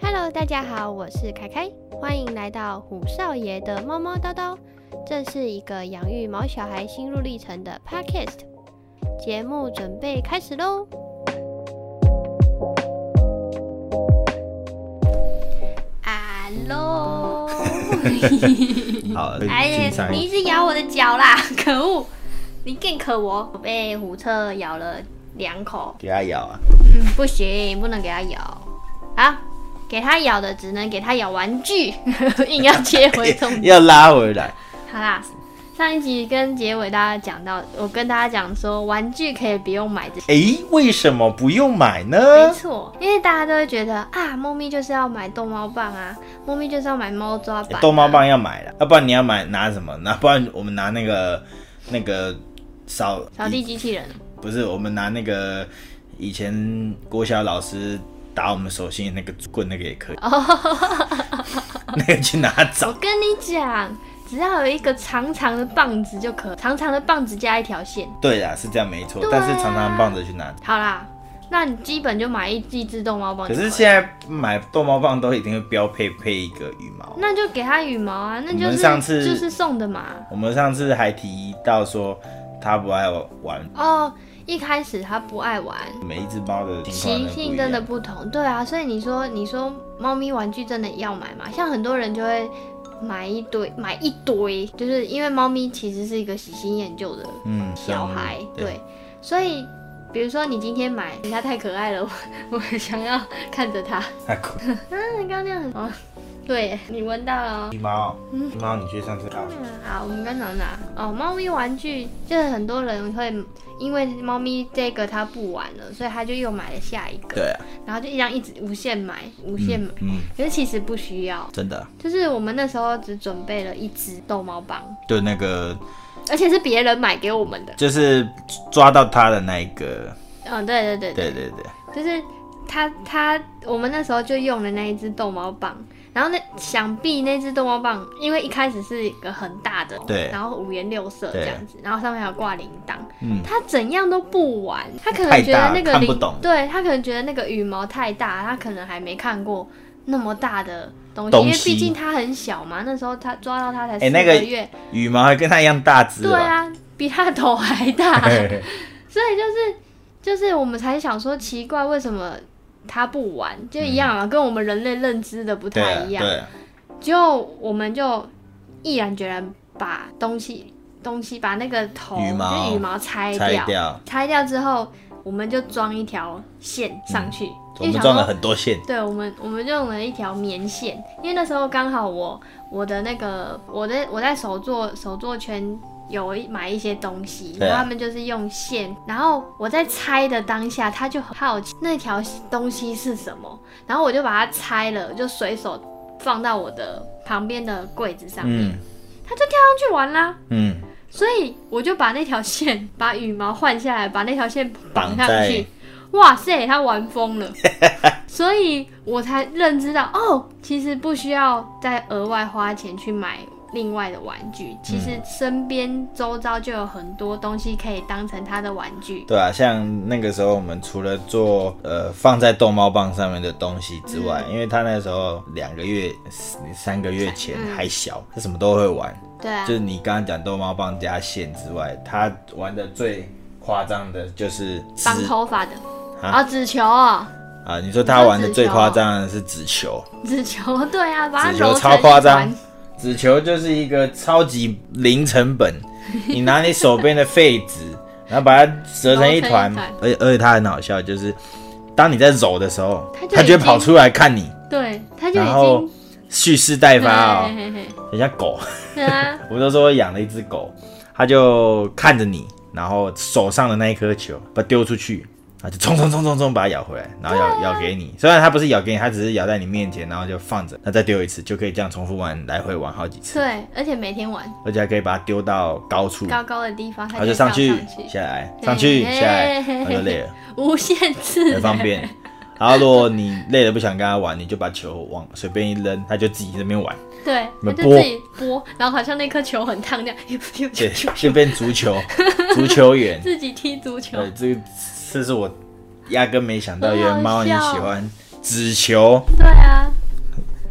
Hello，大家好，我是凯凯，欢迎来到虎少爷的猫猫叨叨。这是一个养育毛小孩心路历程的 Podcast 节目，准备开始喽。啊喽！好，哎竞呀，赛你一直咬我的脚啦， 可恶！你更可我，我被虎彻咬了两口。给他咬啊！嗯，不行，不能给它咬。啊，给它咬的只能给它咬玩具， 硬要切回重点。 要拉回来，好啦，上一集跟结尾大家讲到，我跟大家讲说，玩具可以不用买这些。诶，哎为什么不用买呢？没错，因为大家都会觉得啊，猫咪就是要买逗猫棒啊，猫咪就是要买猫抓板、啊欸逗猫。棒要买了，要不然你要买拿什么？那不然我们拿那个那个扫扫地机器人，啊不是，我们拿那个以前国小老师打我们手心的那个棍，那个也哦可以， 那个去拿我找。跟你讲，只要有一个长长的棒子就可，长长的棒子加一条线。对啦，是这样没错，对啊但是常常棒着去拿。好啦，那你基本就买一一只逗猫棒可就好了。是现在买逗猫棒都一定会标配配一个羽毛。那就给他羽毛啊，那就是我们上次就是送的嘛。我们上次还提到说，他不爱玩哦，一开始他不爱玩，每一只猫的情习况性不一真的样。不同，对啊，所以你说你说猫咪玩具真的要买吗？像很多人就会买一堆买一堆，就是因为猫咪其实是一个喜新厌旧的嗯，小孩，生物对，所以。比如说，你今天买它太可爱了， 我我想要看着它。太酷。那你刚刚那样很哦，对你闻到了哦。嗯狸猫，狸猫，你去上次告诉我。好，我们刚讲哪？哦，猫咪玩具就是很多人会因为猫咪这个它不玩了，所以他就又买了下一个，对啊，然后就一样一直无限买，无限买。嗯，可是其实不需要，真的，就是我们那时候只准备了一只逗猫棒，就那个而且是别人买给我们的。就是抓到它的那一个，嗯，对对对，对对对，就是他他我们那时候就用了那一只逗猫棒。然后那想必那只逗猫棒，因为一开始是一个很大的，对然后五颜六色这对样子，然后上面还有挂铃铛，嗯，他怎样都不玩，他可能太觉得大那个看不鳞懂对他可能觉得那个羽毛太大，他可能还没看过那么大的东西，东西因为毕竟他很小嘛，那时候他抓到他才四哎那个个月，羽毛还跟它一样大只对哦。啊，比他的头还 大，嘿嘿所以就是就是我们才想说奇怪，为什么他不玩，就一样啊，跟我们人类认知的不对太啊，一样，嗯对啊，就我们就毅然决然把东西东西把那个头羽毛就羽毛拆拆掉，拆掉之后，我们就装一条线上去，嗯我因为们想装了说很多线，对，我们我们就用了一条棉线，因为那时候刚好我我的那个我的我在手作手作圈有一买一些东西，对啊然后他们就是用线，然后我在拆的当下，他就很好奇那条东西是什么，然后我就把它拆了，就随手放到我的旁边的柜子上面，嗯他就跳上去玩啦。嗯，所以我就把那条线，把羽毛换下来，把那条线绑上绑在去。哇塞，他玩疯 了，所以我才认知到哦，其实不需要再额外花钱去买另外的玩具，其实身边周遭就有很多东西可以当成他的玩具。对啊，像那个时候我们除了做呃放在逗猫棒上面的东西之外，因为他那时候两个月、三三个月前还小，他什么都会玩。对啊就，是你刚刚讲逗猫棒加线之外，他玩的最夸张的就是纸绑头发的啊啊，纸球哦，啊！你说他玩的最夸张的是纸球，纸球，对啊，把它纸球揉成超夸一团张，纸球就是一个超级零成 本，你拿你手边的废纸，然后把它折成一团揉成一团，而且而且它很好笑，就是当你在揉的时候它，就它就已会跑经出来看你，对，他就已然后经蓄势待发嘿哦，嘿嘿嘿很像狗。对啊，我们都说养了一只狗，它就看着你，然后手上的那一颗球把它丢出去，啊，就冲冲冲冲冲把它咬回来，然后咬、啊咬给你。虽然它不是咬给你，它只是咬在你面前，然后就放着，那再丢一次，就可以这样重复玩，来回玩好几次，对，而且每天玩。而且还可以把它丢到高处，高高的地方，它然后就上上去去，下来，上去嘿下来，嘿嘿然后就累了，无限次，很方。便。然后如果你累了不想跟它玩，你就把球往随便一扔，它就自己在那边玩，对，它们就自己拨，然后好像那颗球很烫，这样，对，就变足球 足球员。自己踢足球。呃，这个这是我压根没想到，很好原来猫你笑喜欢纸球，对啊，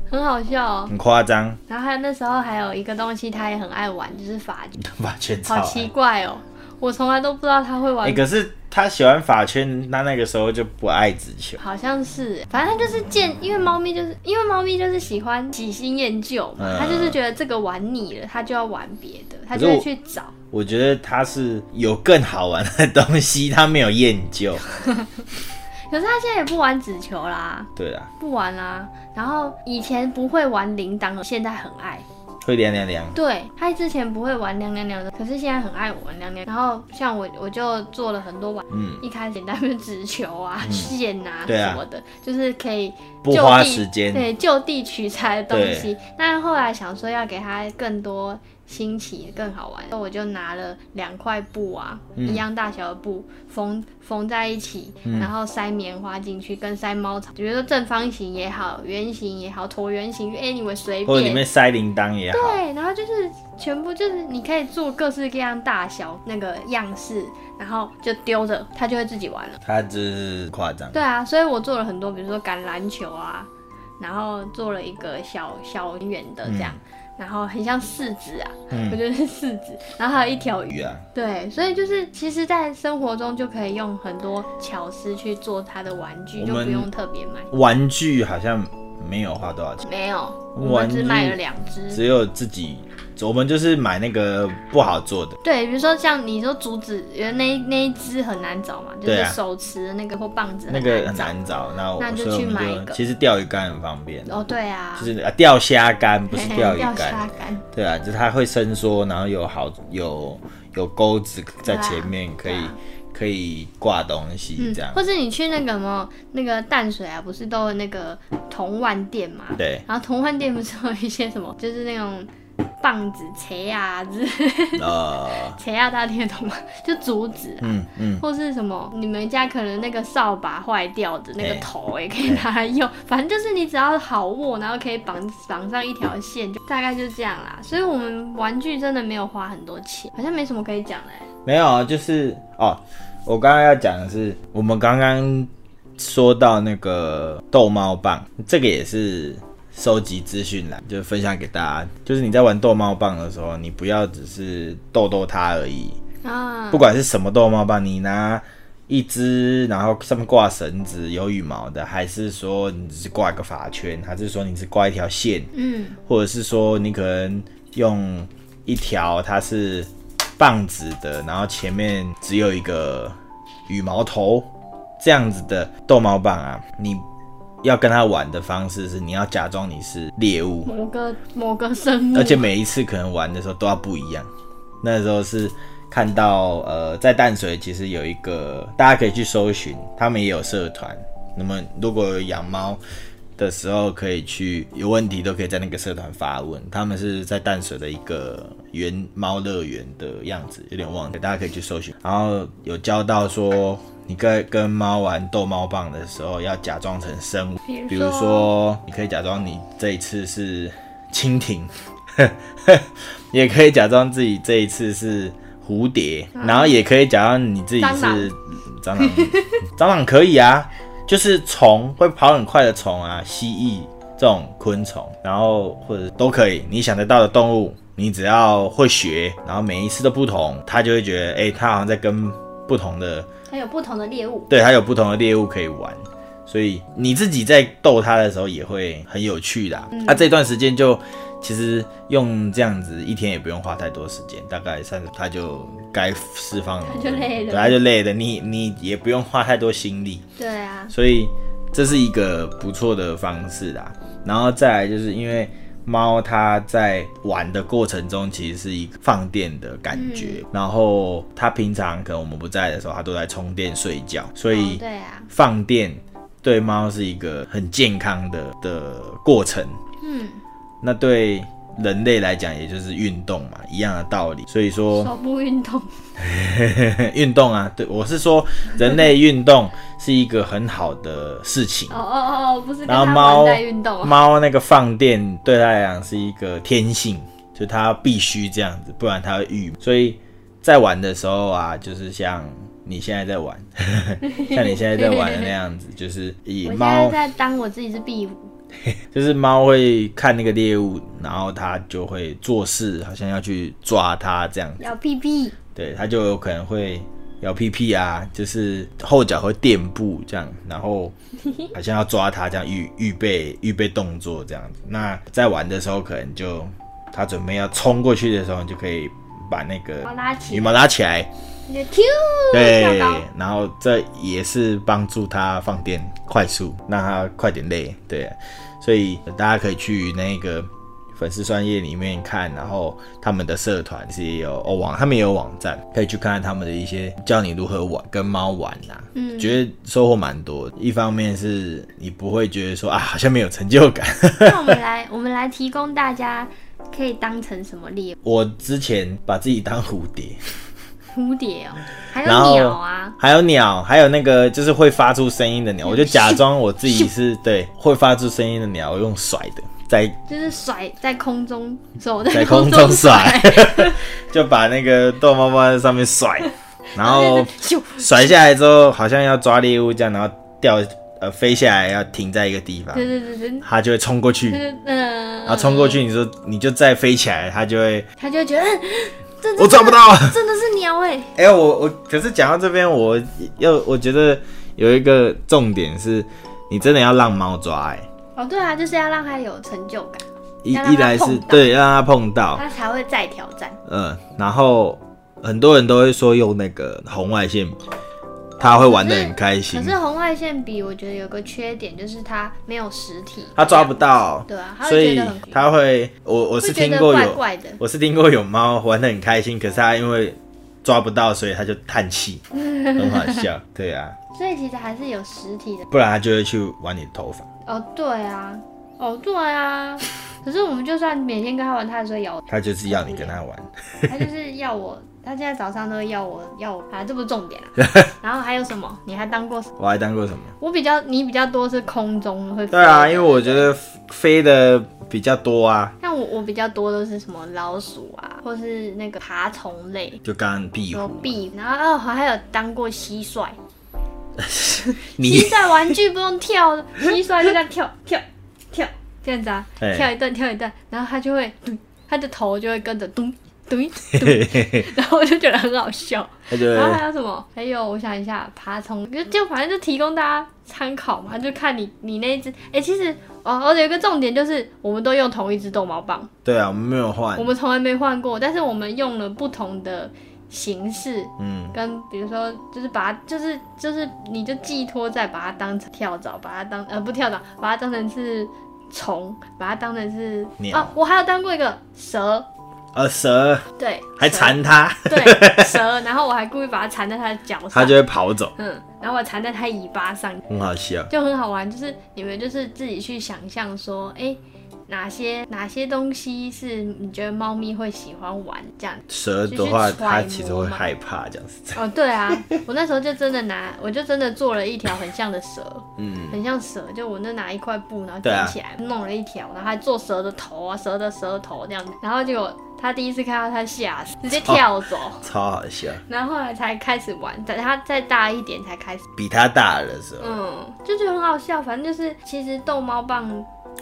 很好笑哦、很夸张，然后还有那时候还有一个东西，他也很爱玩，就是法圈，把圈好炒奇了。怪哦、我从来都不知道他会玩哎、可是他喜欢法圈，他那个时候就不爱直球。好像是，反正它就是见，因为猫咪就是因为猫咪就是喜欢喜新厌旧嘛嗯，它、就是觉得这个玩腻了，它就要玩别的，它可是就我会去找。我觉得他是有更好玩的东西，他没有厌旧。可是它现在也不玩纸球啦，对啦，不玩啦。然后以前不会玩铃铛，现在很爱。会凉凉凉。对，它之前不会玩亮亮亮的，可是现在很爱玩亮亮。然后像我，我就做了很多玩，嗯一开始简单的纸球啊、线啊对啊什么的，就是可以不就花地时间对，就地取材的东西。但后来想说要给它更多新奇、更好玩，所以我就拿了两块布啊，嗯一样大小的布缝缝在一起，然后塞棉花进去，跟塞猫草，比如说正方形也好，圆形也好，椭圆形，anyway 随或者里便。面塞铃铛也好，对，然后就是全部就是你可以做各式各样大小那个样式，然后就丢着，它就会自己玩了。他就是夸张。对啊，所以我做了很多，比如说橄榄球啊，然后做了一个小小圆的这样，嗯然后很像柿子啊，我觉得是柿子，然后还有一条鱼。鱼啊，对，所以就是其实，在生活中就可以用很多巧思去做它的玩具，我就们不用特别买。玩具好像没有花多少钱，没有，我玩们具只买了两只。只有自己，我们就是买那个不好做的。对，比如说像你说竹子，原来那一那一只很难找嘛，就对是啊手持的那个或棒子那个很难找，那我那就所以去我买们一就个其实钓鱼竿很方便，找。哦，对啊，就是啊钓虾竿不是钓鱼钓竿虾，竿，对啊，就是它会伸缩，然后有好有有钩子在前面，可对啊以可以挂东西嗯这样，，或是你去那个什么那个淡水啊，不是都有那个铜腕店嘛？，对然后铜腕店不是有一些什么，就是那种棒子、锤啊之、呃， 锤啊大听得懂吗？就竹子啊、嗯嗯，或是什么你们家可能那个扫把坏掉的那哎个头也可以拿来用，反正就是你只要好握，然后可以绑绑上一条线，就大概就这样啦。所以我们玩具真的没有花很多钱，好像没什么可以讲的、欸。没有，啊，就是哦，我刚刚要讲的是，我们刚刚说到那个逗猫棒，这个也是收集资讯栏，就分享给大家。就是你在玩逗猫棒的时候，你不要只是逗逗它而已，啊不，管是什么逗猫棒，你拿一只，然后上面挂绳子有羽毛的，还是说你只是挂一个发圈，还是说你只挂一条线，嗯，或者是说你可能用一条它是棒子的，然后前面只有一个羽毛头这样子的逗猫棒啊，你要跟它玩的方式是你要假装你是猎物，某个某个生物，而且每一次可能玩的时候都要不一样。那时候是看到呃，在淡水其实有一个大家可以去搜寻，他们也有社团。那么如果有养猫的时候，可以去有问题都可以在那个社团发问。他们是在淡水的一个园猫乐园的样子，有点忘了，大家可以去搜寻。然后有教到说，你跟跟猫玩逗猫棒的时候，要假装成生物，比比如如说，你可以假装你这一次是蜻蜓， 也可以假装自己这一次是蝴蝶，然后也可以假装你自己是啊蟑螂。 蟑螂可以啊，就是虫会跑很快的虫啊，蜥蜴这种昆虫，然后或者都可以，你想得到的动物，你只要会学，然后每一次都不同，它就会觉得，哎、它好像在跟不同的它有不同的猎物。 对，它有不同的猎物可以玩，所以你自己在逗它的时候也会很有趣的啊。嗯啊这段时间就其实用这样子一天也不用花太多时间，大概三十，它就该释放了，它就累了对它啊就累了，你你也不用花太多心力，对啊，所以这是一个不错的方式啦。然后再来就是因为猫它在玩的过程中，其实是一个放电的感嗯觉，然后它平常可能我们不在的时候，它都在充电睡觉，所哦以对啊，放电对猫是一个很健康的的过程。嗯，那对人类来讲，也就是运动嘛，一样的道理。所以说，手部运动， 运动啊，对我是说，人类运动是一个很好的事情哦。哦哦哦，不是跟然后它猫玩在运动啊，猫那个放电对它来讲是一个天性，就它必须这样子，不然它会郁。所以在玩的时候啊，就是像你现在在玩， 像你现在在玩的那样子，就是以 我现猫在在当我自己是壁虎，就是猫会看那个猎物，然后它就会做事，好像要去抓它这样。咬屁屁，对，它就有可能会咬屁屁啊，就是后脚会垫步这样，然后好像要抓它这样预预备预备动作这样子。那在玩的时候，可能就它准备要冲过去的时候，你就可以把那个把它拉起来羽毛拉起来，你就 Q 对跳高，，然后这也是帮助它放电快速，让它快点累。对，所以大家可以去那个粉丝专业里面看，然后他们的社团是也有哦网，他们也有网站，可以去看看他们的一些教你如何玩跟猫玩呐、嗯，觉得收获蛮多的。一方面是你不会觉得说啊好像没有成就感， 那我们来，我们来提供大家可以当成什么猎物？我之前把自己当蝴蝶。蝴蝶哦，还有然后鸟啊，还有鸟，还有那个就是会发出声音的鸟，我就假装我自己 是对会发出声音的鸟，我用甩的，在就是甩在空中，手在在空中中甩， 就把那个逗猫猫在上面甩， 然后咻甩下来之后好像要抓猎物这样，然后掉呃飞下来要停在一个地方，对对对对，它就会冲过去就，是然后嗯，啊冲过去你就你就再飞起来，它就会他就会觉得嗯这我抓不，到。 这真的是鸟哎，哎、我我可是讲到这边，我要我觉得有一个重点是，你真的要让猫抓、哎，哦对啊，就是要让他有成就感，一要让它一来碰是到对让它碰到，他才会再挑战。嗯，然后很多人都会说用那个红外线，它会玩的很开可心，是红外线笔，我觉得有个缺点就是它没有实体，它抓不，到，对啊，它所会觉以得很，它会我我我是听过怪有怪的，我是听过有猫玩的很开心，可是它因为抓不到，所以它就叹 气，很好笑，对啊，所以其实还是有实体的。不然它就会去玩你的头发，哦，对啊，哦对啊， 可是我们就算每天跟他玩，他还是会咬我，它就是要你跟它玩。他就是要我。他现在早上都会要我要我啊，这不是重 点啊。然后还有什么？你还当过什么？我还当过什么？我比较你比较多是空中会飞对啊，因为我觉得飞的比较多啊，像我我比较多都是什么老鼠啊，或是那个爬虫类，就刚刚壁有虎，壁，然后哦还有当过蟋蟀，蟋你蟀玩具不用 跳，蟋蟀就这样跳跳跳这样子啊，哎跳一段跳一段，然后它就会咚，它的头就会跟着咚咚 咚，然后我就觉得很好笑。他就然后会还有什么？还有我想一下，爬虫就就反正就提供大家参考嘛，就看你你那一只。哎、其实哦，而且有一个重点就是，我们都用同一只逗猫棒，对啊，我们没有换我，们从来没换过，但是我们用了不同的形式，嗯，跟比如说，就是把它，就是就是，你就寄托在把它当成跳蚤，把它当呃不跳蚤，把它当成是虫，把它当成是鸟哦，我还有当过一个蛇，呃，蛇对，还蛇，缠它，对蛇，然后我还故意把它缠在它的脚上，它就会跑走，嗯，然后我缠在它尾巴上，很好笑。就很好玩，就是你们就是自己去想象说，哎、哪些哪些东西是你觉得猫咪会喜欢玩这样蛇的话，就是揣摩嘛它其实会害怕这样子，哦，对啊，我那时候就真的拿，我就真的做了一条很像的蛇，嗯，很像蛇，就我那拿一块布，然后对啊卷起来，弄了一条，然后还做蛇的头啊，蛇的蛇头那样子，然后结果他第一次看到他吓死，直接跳走，超好笑。然后后来才开始玩，等他再大一点才开始，比它大的时候嗯，就觉得很好笑，反正就是其实逗猫棒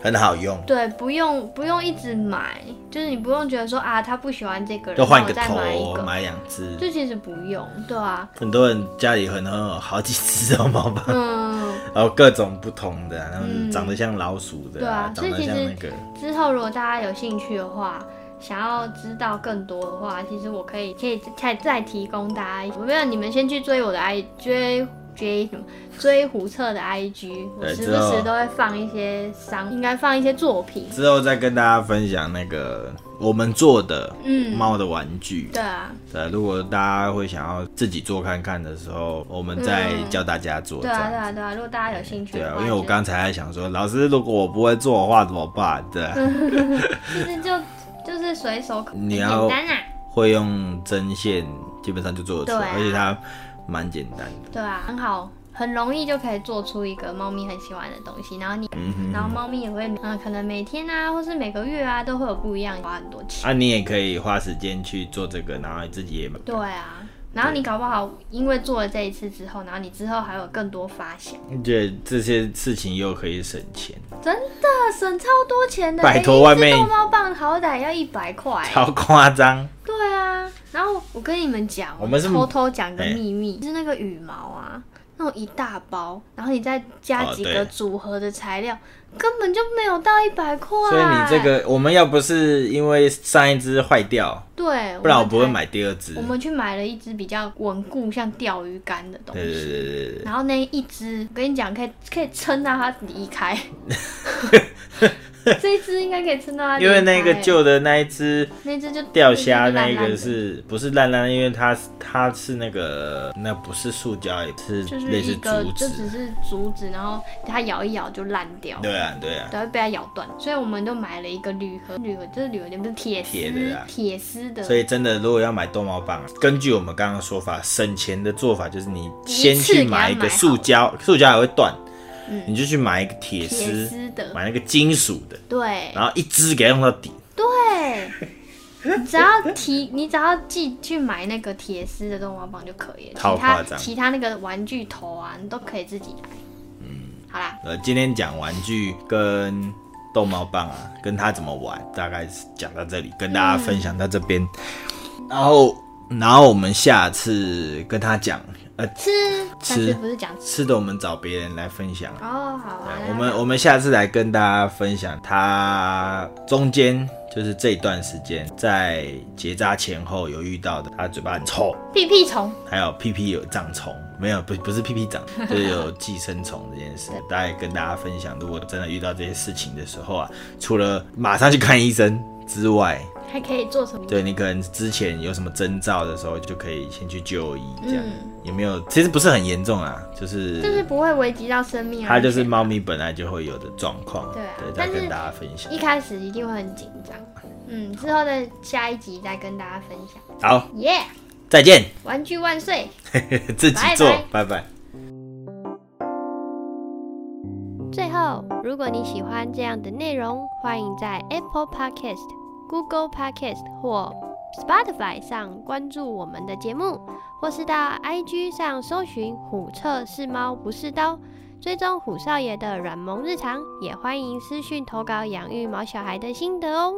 很好用，对，不用不用一直买，就是你不用觉得说啊他不喜欢这个人，就换个那我再买一头，个，买两只。就其实不用，对啊， 很多人家里可能有好几只猫猫吧，嗯。然后各种不同的啊，然后嗯长得像老鼠对的啊啊，长所得以其像实那个，之后如果大家有兴趣的话，想要知道更多的话，其实我可以可以再再提供大家。没有，你们先去追我的 i 追追什么追胡策的 IG，我对时之不后时都会放一些商，应该放一些作品。之后再跟大家分享那个我们做的嗯猫的玩具。对啊，对，如果大家会想要自己做看看的时候，我们再教大家做。对这啊，对样啊，对啊。如果大家有兴趣对的啊，话，因为我就刚才还想说，老师，如果我不会做的话怎么办？对啊，嗯其实就就是随手可，你很简要单啊， 会用针线，基本上就做得出对来，啊而且它蛮简单的。对啊，很好。很容易就可以做出一个猫咪很喜欢的东西，然后你嗯哼，然后猫咪也会，嗯、可能每天啊，或是每个月啊，都啊会有不一样，花很多钱。啊，你也可以花时间去做这个，然后自己也对啊，然后你搞不好因为做了这一次之后，然后你之后还有更多发想，而且这些事情又可以省钱，真的省超多钱的。拜托每一外只面逗猫棒好歹要一百块。超夸张。对啊，然后我跟你们讲，我们是偷偷讲个哎秘密，就是那个羽毛啊，那种一大包，然后你再加哦几对个组合的材料，根本就没有到一百块。所以你这个，我们要不是因为上一只坏掉，对，不然我们不会才。买第二只我。们去买了一只比较稳固，像钓鱼竿的东对对西。对对对，然后那一只，我跟你讲，可以可以撑到它离 开。这一只应该可以撑到它离因开。为那个旧的那一只那只就钓虾那烂一烂个的是不是烂烂？因为它它是那个那不是塑胶，也是就是类一似个就竹只子。是竹子，然后它咬一咬就烂掉，对啊对啊，都会被它咬断。所以我们都买了一个铝盒，铝盒就是铝盒，不是铁丝铁的啊铁丝的，所以真的如果要买逗猫棒，啊根据我们刚刚的说法，省钱的做法就是你先去买一个塑胶，塑胶还会断，你就去买一个铁嗯铁丝，丝的，买那个金属的，对然后一支给它用到底。对。你只要提，你只要记去买那个铁丝的动画棒就可以了。超其他夸张其他那个玩具头啊，你都可以自己来。嗯，好啦，呃，今天讲玩具跟逗猫棒啊，跟它怎么玩，大概是讲到这里，跟大家分享到这边。然后，然后我们下次跟他讲，呃，吃，但是不是讲吃的我们找别人来分享。哦，好啊对，那我们我们下次来跟大家分享他中间就是这段时间在结扎前后有遇到的，他嘴巴很臭，屁屁虫，还有屁屁有长虫，没有不不是屁屁 长，就是有寄生虫这件事，大概跟大家分享。如果真的遇到这些事情的时候啊，除了马上去看医生之外，还可以做什么？对你可能之前有什么征兆的时候，就可以先去就医，这样、嗯有没有？其实不是很严重啊，就就是是不会危及到生命安全。啊它就是猫咪本来就会有的状况，对啊对，但再是跟大家分享一。开始一定会很紧张，嗯，之后的下一集再跟大家分享。好，耶、再见， 玩具万岁！自己拜做，拜拜拜最后，如果你喜欢这样的内容，欢迎在 Apple Podcast、Google Podcast 或 Spotify 上关注我们的节目，或是到 IG 上搜寻“虎彻是猫不是刀”，追踪虎少爷的软萌日常。也欢迎私讯投稿养育毛小孩的心得哦。